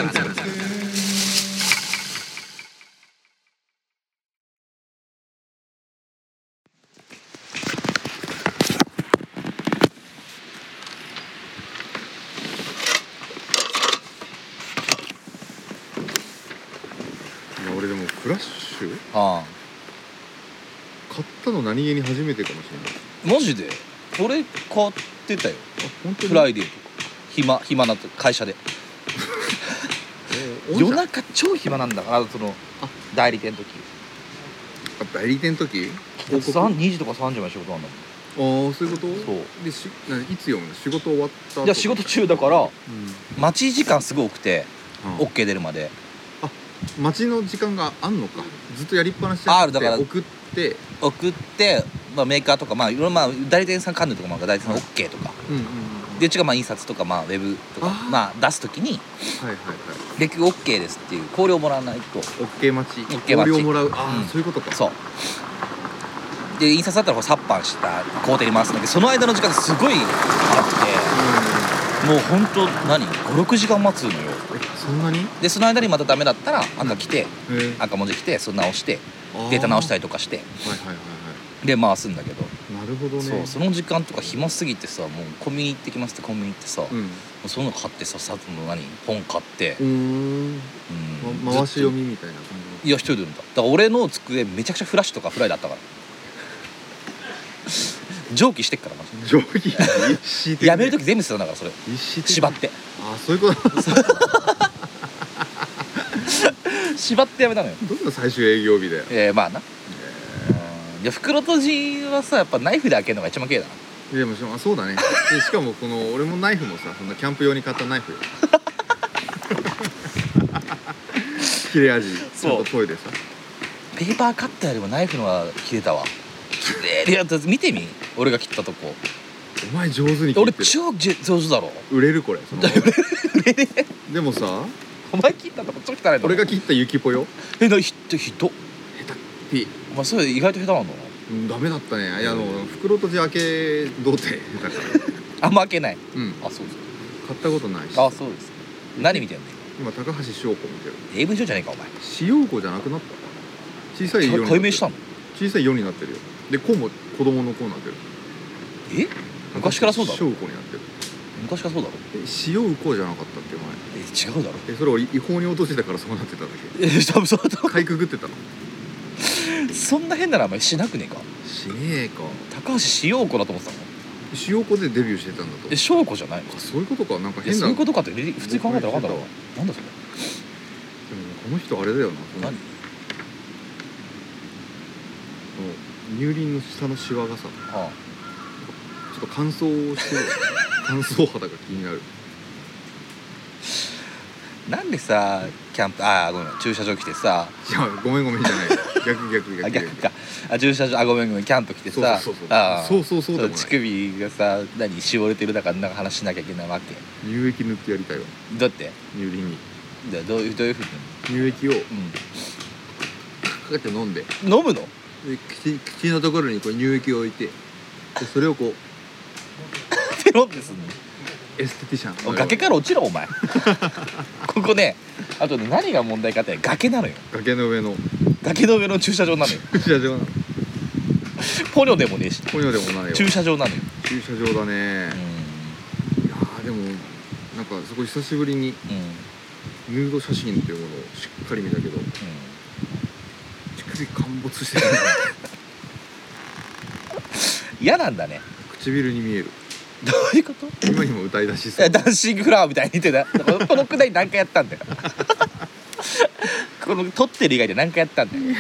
C: 俺でもフラッシュ
B: あ
C: 買ったの何気に初めてかもしれない
B: マジで俺買ってたよ
C: あ本当
B: フライデーとか暇暇なと会社で夜中超暇なんだからその代理店の時
C: 代理店の時
B: だってさん2時とか3時まで仕事なんだ
C: ああそういうこと
B: もんそう
C: でしないつ読むの仕事終わった後
B: いや仕事中だから
C: うん
B: 待ち時間すごい多くて
C: お
B: OK 出るまで
C: 待ちの時間があんのかずっとやりっぱなしじ
B: あ
C: ゃ
B: ある
C: なく
B: だ
C: て
B: から
C: 送って
B: 送って、まあ、メーカーとかまあいろいろまあ代理店さん関連とかもあるから代理店さん OK とか
C: うんうんうん
B: でうちがまあ印刷とかまあウェブとか
G: あー
B: まあ出す時に
G: はいはいはい
B: 「で OK です」っていう考慮をもらわないと
G: オッケー待ち
B: オッケー待ち
G: をもらうああ、
B: うん
G: そういうことか
B: そうで印刷だったらこう殺飯した工程に回すんだけどその間の時間がすごいあ
G: う
B: ってもうほんと何56時間待つのよ
G: んえそんなにへ
B: でその間にまたダメだったら赤来て
G: え
B: 赤文字来てそれ直してデータ直した
G: い
B: りとかして
G: はいはいはいは
B: で回すんだけど
G: いなるほどね
B: そうその時間とか暇すぎてさもうコンビニ行ってきますってコンビニ行ってさ、
G: うん
B: その買ってささその何本買って
G: う、ーん、
B: うん
G: ま、回し
B: ずっ
G: 読みみたいな感
B: といや一人で読んだだから俺の机めちゃくちゃフラッシュとかフライだったから蒸気してっからマジ
G: じ上気一視
B: でやめる時全部捨てたんだからそれ
G: 一視的
B: 縛って
G: ああそういうこと
B: 縛ってやめたのよ
G: どんな最終営業日だよ
B: えー、まあなうんいや袋閉じはさやっぱナイフで開けるのが一番綺麗だな
G: でもしあそうだ ねでしかもこの俺もナイフもさそんなキャンプ用に買ったナイ フよ切れ味ちゃんと研いでさ
B: ペーパーカッターよりもナイフのが切れたわ綺麗でやった見てみ俺が切ったとこ
G: お前上手に切
B: 俺
G: ってる
B: 超じ上手だろ
G: 売れるこれそのでもさ
B: お前切ったとこ超汚いだろ
G: 俺が切ったゆきぽよ
B: えなひっひどっ
G: ピ
B: お前それ意外と下手なんだな
G: うんダメだったねいやあの袋とじ開け童貞だから
B: あんま開けない
G: うん
B: あそうです
G: 買ったことないし
B: あそうです何見てんの
G: 今高橋翔子見てる
B: AV 女じゃねえかお前
G: 塩子じゃなくなった小さい4になってる
B: 解明したの
G: 小さい4になってるよで子も子供の子になってる
B: え昔からそうだろ
G: 塩子になってる
B: 昔からそうだろ
G: え塩うこじゃなかったっけ前
B: え違うだろ
G: えそれ俺違法に落としてたからそうなってただけ
B: え多分そうだろ
G: かいくぐってたの
B: そんな変な名前しなくねえか
G: しねえか
B: 高橋しよう子だと思ってたの
G: 塩子でデビューしてたんだと
B: え翔子じゃないの
G: あそういうことかなんか
B: いや
G: 変な
B: そういうことかってリリ普通に考えたら分かんだろ
G: 僕
B: なんだそれ
G: でもこの人あれだよなその
B: 何
G: その乳輪の下のシワがさち
B: あ
G: ょっと乾燥してる 乾燥肌が気になる
B: あなんでさキャンプああごめん駐車場来てさ
G: いやごめんごめんじゃない逆逆
B: あ
G: 逆
B: 逆かあ駐車場あごめんごめんキャンプ来てさ
G: そうそうそう
B: ああ
G: そうそうそうでもない
B: 乳首がさ何絞れてるだからなんか話しなきゃいけないわけ
G: 乳液塗ってやりたいわ
B: だって
G: 乳輪に
B: だどういうどういうふうに、
G: 乳液をかけて飲んで
B: うん、飲むの
G: で口口のところにこう乳液を置いてでそれをこう
B: ペロってすんの
G: エステティシャン
B: お崖から落ちろお 前ここねあとね何が問題かって崖なのよ
G: 崖の上の
B: 崖の上の駐車場なのよ
G: 駐車場なの
B: ポニョでもねえし
G: ポニョでもないよ
B: 駐車場なのよ
G: 駐車場だね
B: う、
G: いやーでもなんかそこ久しぶりに
B: んうんうん
G: ヌード写真っていうものをしっかり見たけど乳首陥没 してる
B: 嫌なんだね
G: 唇に見える
B: どういうこと
G: 今にも歌い出しそう
B: えダンシングフラワーみたいに言ってたこのこのくだり何回やったんだよ この撮ってる以外で何回やったんだよ
G: いや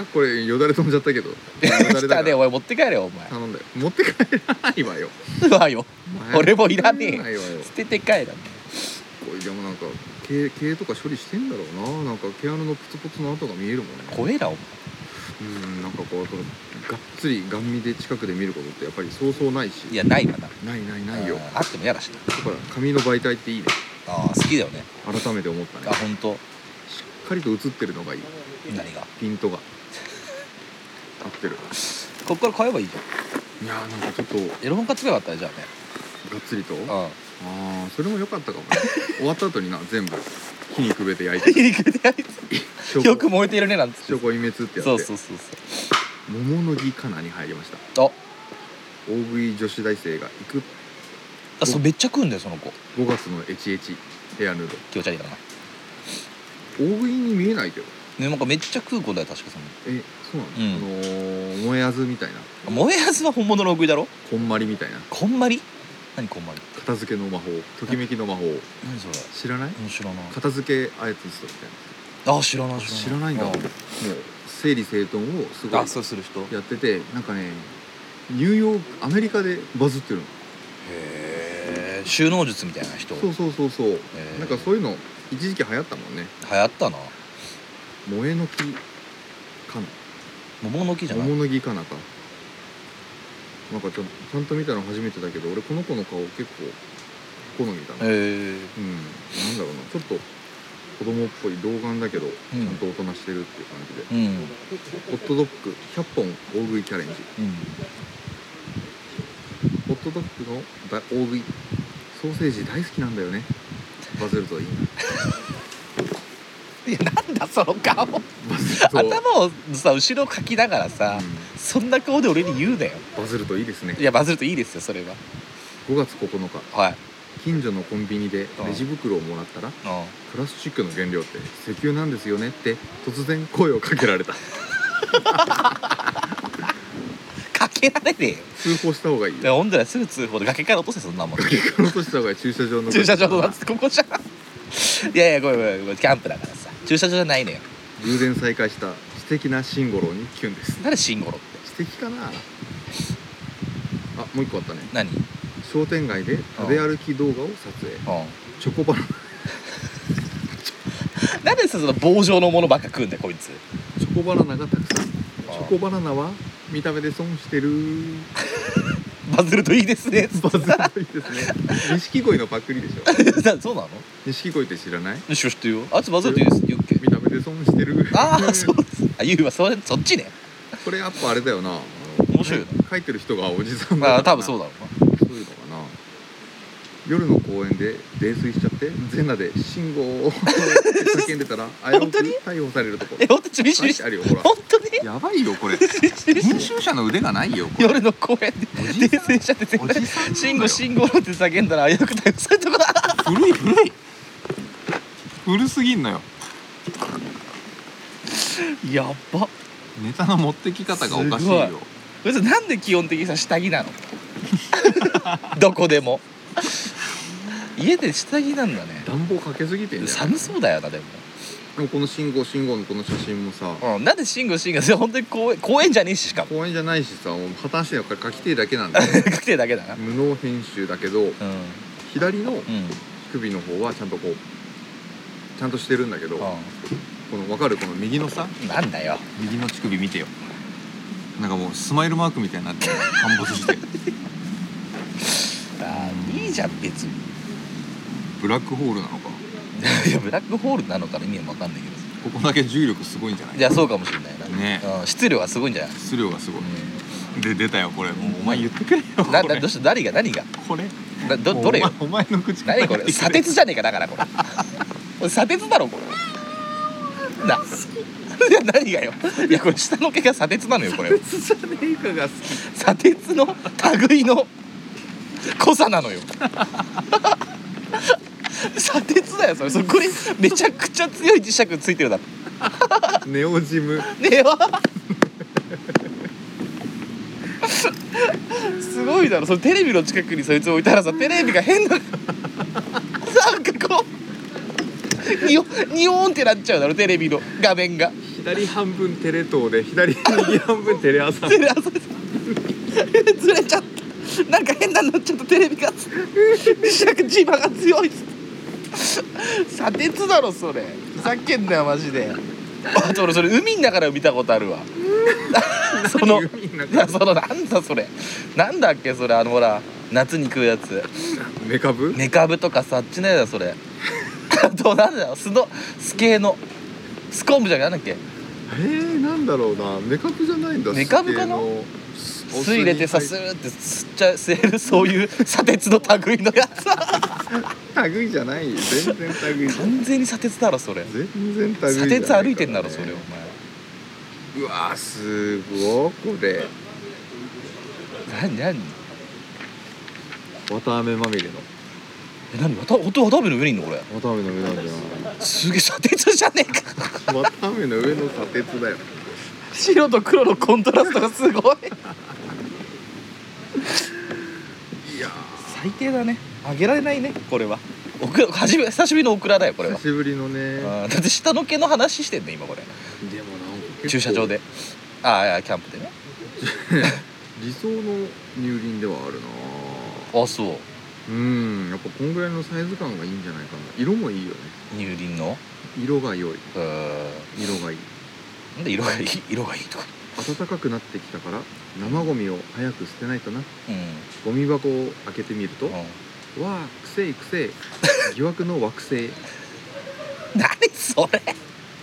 G: ーこれよだれ飛んじゃったけどよだ
B: 来
G: れだ
B: た
G: か
B: ね
G: ら
B: お前持って帰れよお前
G: 頼んだよ持って帰らないわよ
B: うわよ 俺もいらねえ
G: 帰らないわよ
B: 捨てて帰ら
G: これでもなんか毛毛とか処理してんだろうななんか毛穴のプツプツの跡が見えるもんね
B: 怖えなお前
G: うんなんかこうこのがっつりガン見で近くで見ることってやっぱりそうそうないし
B: いやないわな
G: ないないないよ
B: あーあっても嫌だしな
G: だから紙の媒体っていいね
B: あー好きだよね
G: 改めて思ったね
B: あ本当
G: しっかりと映ってるのがいい
B: 何が
G: ピントが合ってる
B: こっから買えばいいじ
G: い
B: ゃ
G: やーなんかちょっとが
B: んエロ本買ってくればよかったね
G: っつりと
B: じゃ
G: あ
B: あね
G: あーそれも良かったかもね 終わった後にな全部火にくべて焼い
B: うん
G: て
B: 皮肉であい
G: 証
B: つよく
G: 拠
B: 燃えているねなんつって
G: 証拠隠滅ってやって
B: そうそうそう
G: 桃の木かなに入りました
B: そうあ
G: 大食い女子大生が行く
B: あそうめっちゃ食うんだよその子
G: 5月のエチエチヘアヌード
B: 気持ち悪いからな
G: 大食いに見えないけど
B: ねなんかめっちゃ食う子だよ確かその
G: えそうなの、
B: うん
G: あのー、燃えあずみたいな
B: 萌えやつは本物の送りだろ
G: こんまりみたいな
B: こんまり何こんまり
G: 片付けの魔法ときめきの魔法
B: 何それ
G: 知らない
B: うん知らない
G: 片付けあやつストみたい
B: あ知らない
G: な知らないんだもう
B: う
G: 整理整頓をすごい
B: あそうする人へ
G: やっててなんかねニューヨークアメリカでバズってるの
B: え収納術みたいな人
G: そ
B: 流
G: うそうそうそう
B: へー
G: なんかそういうの一時期流行ったもんね
B: 行ったな
G: 萌えの木かな
B: 桃の木じゃない
G: 桃の木かなかなんかちょっとちゃんと見たの初めてだけど俺この子の顔結構好みだな、
B: え
G: うんなんだろうなちょっと子供っぽい童顔だけど、
B: ん
G: ちゃんと大人してるっていう感じで
B: えうん
G: ホットドッグ100本大食いチャレンジホットドッグの大食いソーセージ大好きなんだよねバズるといい
B: いやなんだその顔
G: なバズると、うん、
B: 頭をさ後ろかきながらさ、そんな顔で俺に言うなよ
G: バズるといいですね
B: いやバズるといいですよそれは
G: 5月9日
B: はい
G: 近所のコンビニでレジ袋をもらったらプラスチックの原料って石油なんですよねって突然声をかけられた
B: かけられねえよ
G: 通報した方がいい
B: で
G: よ
B: ほんだらすぐ通報で崖から落とせそんなもん
G: 崖から落とした方がいい駐車場の
B: 駐車場の夏ここじゃんいやいやごめんごめんごめんキャンプだからさ駐車場じゃないのよ
G: 偶然再会した知的なシンゴロウにキュンです
B: なんでシンゴロって
G: 知的かなあもう一個あったね
B: 何うん
G: 商店街で食べ歩き動画を撮影チョコバナナ
B: なんでさその棒状のものばっか食うんだよこいつ
G: チョコバナナがたくさんチ
B: あ
G: ョコバナナは見た目で損してる
B: バズるといいですね
G: バズるといいですね錦鯉のパクリでしょ
B: な そうなの
G: 錦鯉って知らない
B: よしよしって言うよあいつバズるといいですって言うっけ
G: 見た目で損してる
B: ああそうですあ言うわそれそっちね
G: これやっぱあれだよなあの
B: 面白いよ
G: 書いてる人がおじさんだ
B: まあ多分そう
G: だ
B: だろ
G: そういうのかな夜の公園で泥酔しちゃって全裸で「信号を」 って叫んでたら危うく
B: 当に
G: 逮捕されるとこ
B: うなえ本当に
G: 書いてあるよほら
B: 本当に
G: やばいよこれ
B: 編
G: 集者の腕がないよこ
B: 夜の公園で
G: おじさん
B: 訂正しちゃって絶
G: おじさんなのよ
B: 対信号信号って叫んだら危うく逮捕されたことあ
G: 古い古い古すぎんのよ
B: るやっば
G: ネタの持ってき
B: 方がおかしいよすごいこいつなんで基本的にさ下着なの どこでも家で下着なんだね
G: 暖房かけすぎてんじゃん
B: 寒そうだよなでも、
G: でもこの信号信号のこの写真もさ
B: うん、なんで信号信号本当に公園公園じゃねえししかも
G: 公園じゃないしさもう破綻してるから書き手だけなんだよ
B: 確定だけだなうん
G: 無能編集だけど左の
B: うん
G: 首の方はちゃんとこうちゃんとしてるんだけどこ
B: う
G: の分かるこの右のさ
B: んなんだよ
G: 右の乳首見てよなんかもうスマイルマークみたいになってる陥没して
B: あーいいじゃん別に
G: ブラックホールなのか
B: いやブラックホールなのかの意味は分かんないけど
G: ここだけ重力すごいんじゃな
B: じゃあそうかもしれないな、
G: ね
B: うん、質量はすごいんじゃない
G: 質量がすごで出たよこれもうお前言ってくれよ
B: ななどうした誰が何が
G: これ
B: などどれよ
G: お前の口
B: 何これ砂鉄じゃねえかだからこれこれ砂鉄だろこれないや何がよいやこれ下の毛が砂鉄なのよこれ
G: じゃねえかが好き
B: 砂鉄の類の濃さなのよ砂鉄だよそれそこにめちゃくちゃ強い磁石ついてるだろ
G: ネオジム
B: ねえわすごいだろそれテレビの近くにそいつ置いたらさテレビが変ななんかこうにおにおーんってなっちゃうだろテレビの画面が
G: 左半分テレ東で左右半分テレ朝
B: テレ朝で ずれちゃったなんか変なのになっちゃったテレビが磁石磁場が強いっつって砂鉄だろそれふざけんなよマジであと俺それ海の中でも見たことあ るわその
G: 海の
B: いや そのなんだそれなんだっけそれあのほら夏に食うやつ
G: メカブ
B: メカブとかさあっちのやつだそれ あとなんだよスノスケのスコンブじゃなくてなんだっ
G: えー、なんだろうなメカブじゃないんだ
B: メカブかな
G: す
B: け酢入れてさスーって吸っちゃ吸えるそういう砂鉄の類のやつ
G: 類じゃないよ全然類じゃない
B: 完全に砂鉄だろそれ
G: 全然類じゃな
B: 砂
G: いからね
B: 鉄歩いてんだろそれお
G: うわーすごいこれ
B: 前何何
G: 綿あめまみれの
B: え何わた音はダメの上にいんのこれ
G: 綿あめの上なんじゃ
B: すげえ砂鉄じゃねえか
G: ない綿あめの上の砂鉄だよ
B: 白と黒のコントラストがすごい
G: いや
B: 最低だねあげられないねこれはオクラ初め久しぶりのオクラだよこれ
G: ー
B: は
G: 久しぶりのね
B: あ
G: でもなん
B: ーだって下の毛の話してんね今これ
G: か
B: 駐車場でああいやキャンプでね
G: 理想の乳輪ではあるな
B: あそう
G: うんやっぱこんぐらいのサイズ感がいいんじゃないかな色もいいよね
B: 乳輪の
G: 色が良いう
B: ーん
G: 色がいい
B: なんで色がいい色がいいとか
G: 暖かくなってきたから生ゴミを早く捨てないとな
B: うん
G: ゴミ箱を開けてみると、
B: うん
G: わあくせえくせえ疑惑の惑星
B: 何それ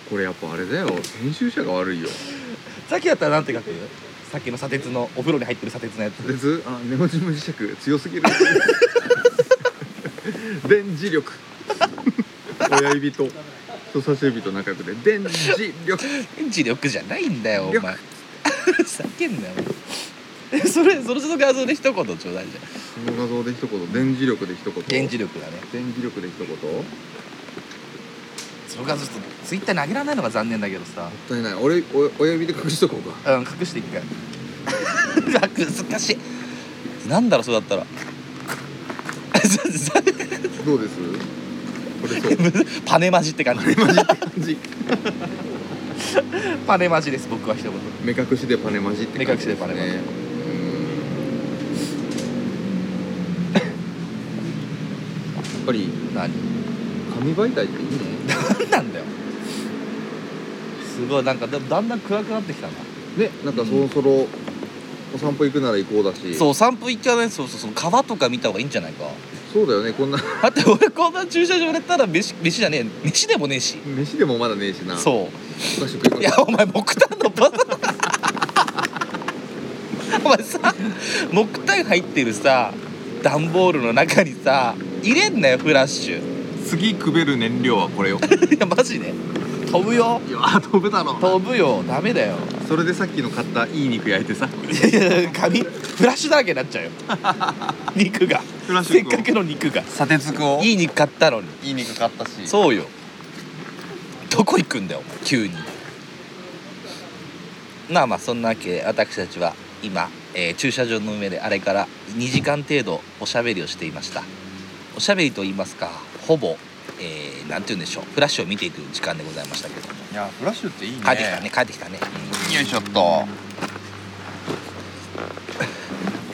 G: これやっぱあれだよ編集者が悪いよ
B: さっきだったらなんて書くさっきの砂鉄のお風呂に入ってる砂鉄のやつ
G: 鉄あネオジム磁石強すぎる 電磁力親指と人差し指と中指で電磁力
B: 磁力じゃないんだよお
G: 力
B: 前ふざけんなよえ それそれその画像で一言ちょうだいじゃん
G: その画像で一言電磁力で一言
B: 電磁力だね
G: 電磁力で一言もっ
B: その画像ちょっとツイッターに上げられないのが残念だけどさ
G: たいない俺お親指で隠しとこうか
B: うん隠して一 回難しいなんだろうそうだったら
G: どうですこれそう
B: パネマジって感じ
G: マジ感じ
B: パネマジです僕は一言
G: 目隠しでパネマジって感じすね
B: 目隠しでパネマジ
G: うんやっぱり
B: 何
G: 紙媒体 っていいね
B: 何なんだよすごいなんかだだんだん暗くなってきたな
G: ねなんかそろそろお散歩行くなら行こうだし
B: そう散歩行かないそうそうそう川とか見た方がいいんじゃないか
G: そうだよねこんな
B: だって俺こんな駐車場でったら飯飯じゃねえ飯でもねえし
G: 飯でもまだねえしなう
B: そ
G: お菓子食いうま
B: いや
G: しょ
B: お前木炭のパスお前さ木炭入ってるさ段ボールの中にさ入れんなよフラッシュ
G: う次くべる燃料はこれよ
B: いやマジで飛ぶよ
G: いやー飛ぶだろうな
B: 飛ぶよダメだよ
G: それでさっきの買ったいい肉焼いてさ
B: いやいや髪フラッシュだらけになっちゃうよ肉が
G: フラッシ
B: せっ
G: ュ
B: かくの肉が
C: 砂鉄くを
B: いい肉買ったのに
C: いい肉買ったし
B: そうよどこ行くんだよお前急にまあまあそんなわけで私たちは今、えー駐車場の上であれから2時間程度おしゃべりをしていましたおしゃべりと言いますかほぼ何、えーなんて言うんでしょうフラッシュを見ていく時間でございましたけども
C: いやフラッシュっていいね
B: 帰ってきたね帰ってきたね、
C: よいしょっと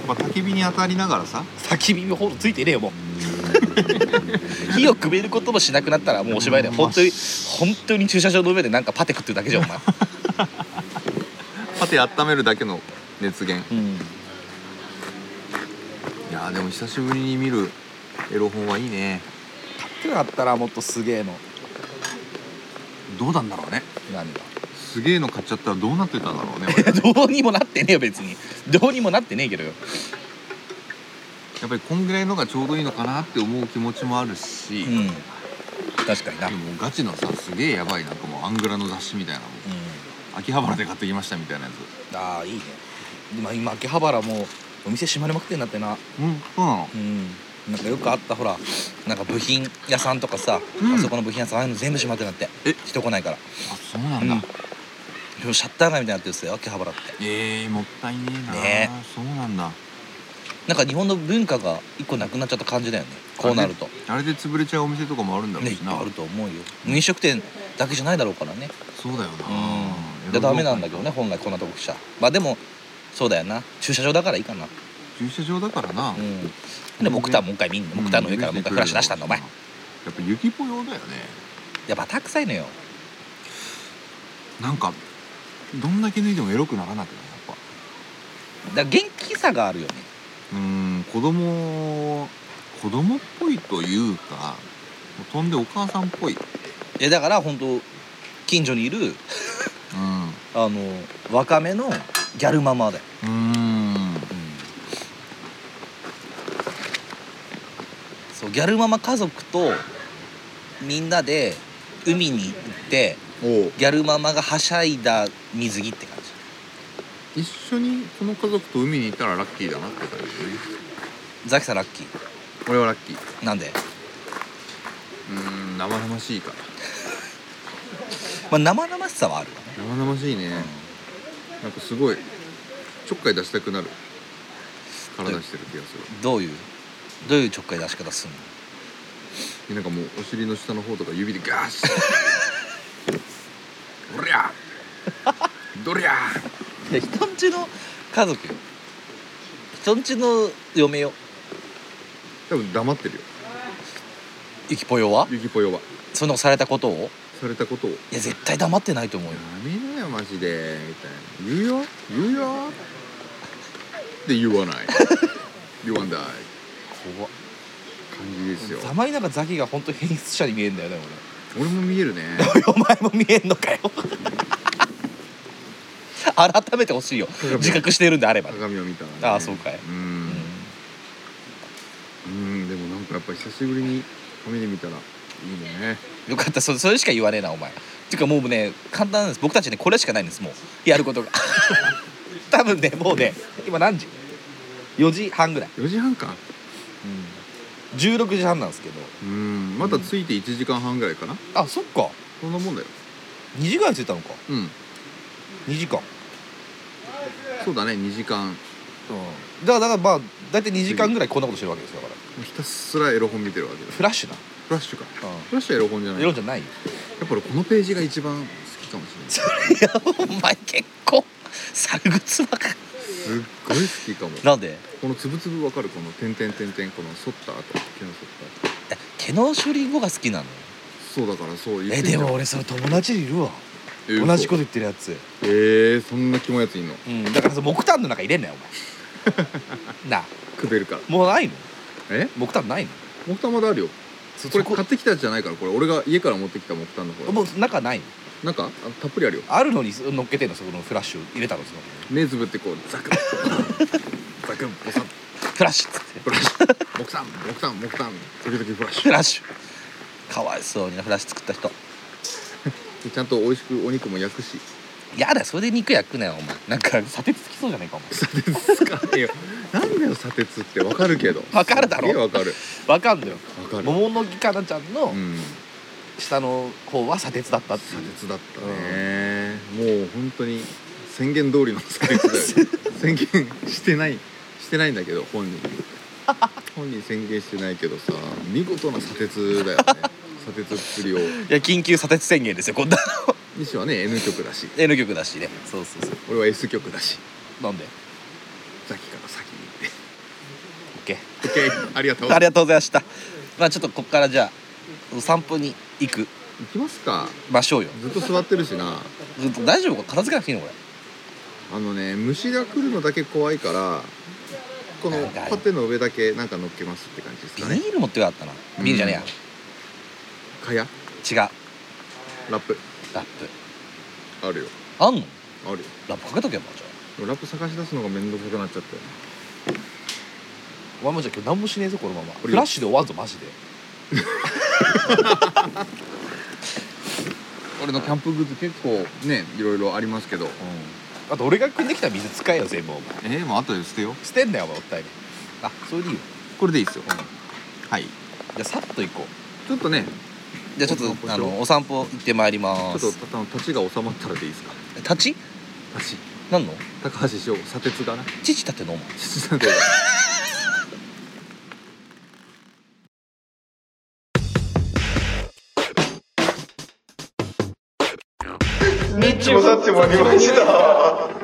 G: まあ、焚き火に当たりながらさ
B: 焚き火もほぼついてねえよもう 火をくべることもしなくなったらもうおしまいだよ本当に本当に駐車場の上でなんかパテ食ってるだけじゃんお前
G: パテ温めるだけの熱源
B: うん
G: いやーでも久しぶりに見るエロ本はいいね
B: 買ってなかったらもっとすげえの
G: どうなんだろうね
B: 何が
G: すげえの買っちゃったらどうなってたんだろう ね俺や
B: どうにもなってねえよ別にどうにもなってねえけどよ
G: っぱりこんぐらいのがちょうどいいのかなって思う気持ちもあるし、
B: う
G: で
B: ん確かにな、うん
G: も、もうガチのさすげえやばいなんかもうアングラの雑誌みたいなもう秋葉原で買ってきましたみたいなやつ
B: ああいいね今今秋葉原もうお店閉まりまくってんだってな
G: うんそうなの
B: うんなんかよくあったほらなんか部品屋さんとかさ、
G: うん
B: あそこの部品屋さんああいうの全部閉まってんだって
G: え
B: 人来ないから
G: あそうなんだ、
B: うんでもシャッター街みたいになってるんですよ秋葉原って
G: えー、もったいねえな
B: ね
G: そうなんだ
B: なんか日本の文化が一個なくなっちゃった感じだよねこうなると
G: あれで潰れちゃうお店とかもあるんだろう
B: ねいっ
G: し
B: ぱ
G: な、
B: いあると思うよ飲食店だけじゃないだろうからね
G: そうだよな
B: うん
G: エロ
B: じ
G: 業界
B: ゃダメなんだけどね本来こんなとこ来ちゃまあでもそうだよな駐車場だからいいかな
G: 駐車場だからな、
B: うんで木炭もう一回見んの木炭の上からもう一回フラッシュ出したんだお前
G: や
B: い
G: っぱ雪ぽよだよね
B: やバタ臭いのよ
G: なんかどんだけ脱いでもエロくならなくないやっぱ
B: だから元気さがあるよね
G: うーん子供子供っぽいというかもう飛んでお母さんっぽいうん
B: いやだから本当近所にいるあの若めのギャルママだよ
G: うーん
B: そうギャルママ家族とみんなで海に行って
G: おう
B: ギャルママがはしゃいだ水着って感じ
G: 一緒にこの家族と海に行ったらラッキーだなって感じね
B: ザキさんラッキー
G: 俺はラッキーう
B: なんで、
G: ーん生々しいから
B: まあ、生々しさはあるわね
G: 生々しいねなんかすごいちょっかい出したくなる体してる気がする
B: どういうどういうちょっかい出し方すんの
G: でなんかもうお尻の下の方とか指でガー シおりゃどりゃ
B: いや人んちの家族よ人んちの嫁よ
G: 多分黙ってるよ
B: ゆきぽよは
G: ゆきぽよは
B: そのされたことを
G: されたことをや
B: いや絶対黙ってないと思うよ
G: めなよよマジでみたいな言うよ言うよって言 わない言わない怖感じですよ
B: たまになんかザキが本当変質者に見えんだよね
G: 俺も見え るね
B: 俺お前も見えんのかよ 改めてほしいよ自覚してるんであればね
G: 鏡を見たらね
B: ああそうかい
G: うんうんでもなんかやっぱ久しぶりに鏡で見たらいいね
B: よかったそそれしか言わねえなお前っていうかもうね簡単なんです僕たちねこれしかないんですもうやること が多分ねもうね今何時 ?4 時半ぐらい、
G: 4時半か
B: 16時半なんですけど
G: うんまたついて1時間半ぐらいかな
B: あそっか
G: そんなもんだよ
B: 2時ぐらい着いたのか
G: うん
B: 2時間
G: そうだね2時間も
B: うんだからだからまあ大体2時間ぐらいこんなことしてるわけですよだから
G: うひたすらエロ本見てるわけだ
B: フラッシュな
G: フラッシュか
B: うん
G: フラッシュはエロ本じゃない
B: 色じゃないよ
G: やっぱ俺このページが一番好きかもしれないすっ
B: いや お前結構猿靴ばっか
G: ごい好きかも
B: なんで
G: このつぶつぶわかるこの点々点々この反った後毛の反った後
B: え毛の処理後が好きなの
G: そうだからそう言
B: え
G: ってんじ
B: で
G: ゃん
B: も俺それ友達にいるわ
G: え嘘
B: 同じこと言ってるやつ
G: えー、そんなキモいやついんの
B: うんだからその木炭の中入れんなよ お前なあ
G: くべるから
B: もうないの
G: え
B: 木炭ないの
G: 木炭まだあるよ
B: そ
G: これ
B: そこ
G: 買ってきたやつじゃないからこれ俺が家から持ってきた木炭の方
B: もう中ないの
G: なんかあたっぷりあるよ
B: あるのにそ乗っけてんのそこのフラッシュ入れたのその
G: 目つぶってこうザク ッザクッボサッ
B: フラッシュっつって
G: フラッシュ木炭木炭木炭時々フラッシ
B: フラッシュかわいそうになフラッシュ作った人
G: ュちゃんと美味しくお肉も焼くし
B: やだそれで肉焼くなよお前なんか砂鉄つきそうじゃないかお前
G: 砂鉄使え よなんだよ砂鉄ってわかるけど
B: わかるだろ
G: すげえわかる
B: わかんのよ
G: わかる
B: 桃の木かなちゃんの
G: うん
B: 下の方は砂鉄だったってい
G: 砂
B: う
G: 鉄だったねもう本当に宣言通りの砂鉄だよ宣言してないしてないんだけど本 人本人宣言してないけどさ見事な砂鉄だよね砂鉄っぷりを
B: いや緊急砂鉄宣言ですよ こんな
G: 西はね N 曲だし
B: N 曲だしねそうそうそう
G: 俺は S 曲だし
B: なんで
G: ザキから先に
B: OK
G: 行って OK ありがとう
B: ありがとうございましたまあちょっとこっからじゃあ散歩に行く
G: 行きますか
B: ましょうよ
G: ずっと座ってるしな
B: ずっと大丈夫か片付けなくていいのこ
G: あのね虫が来るのだけ怖いからこの
B: なんか
G: パテの上だけなんか乗っけますって感じですか
B: れビ
G: ね
B: ニール持ってよかったなビニールじゃね
G: かや
B: えや違う
G: ラップ
B: ラッ
G: あるよ
B: プあんの
G: あるよ
B: ラップかけとけばじゃあ
G: ラップ探し出すのが面倒くさくなっちゃったよ
B: お前もじゃあ今日何もしねえぞこのまま
G: 俺
B: フラッシュで終わんぞマジで
G: 俺のキャンプグッズ結構ねいろいろありますけど
B: あと俺が汲んできた水使えよ全部お
G: え
B: 前
G: ー、もう後で捨てよ
B: 捨てんなよお前おったいにあそれでいいよ
G: これでいいっすよ、はい
B: じゃあさっと行こう
G: ちょっとね
B: じゃあちょっとあのお散歩行ってまいり
G: ちょ
B: ま
G: っと
B: す
G: た立ちが収まったらでいいですか
B: 立ち
G: 立ち
B: なんの
G: 高橋翔砂鉄がな
B: 父立てのお前
G: 父なんだ
A: 道もさってまいりました。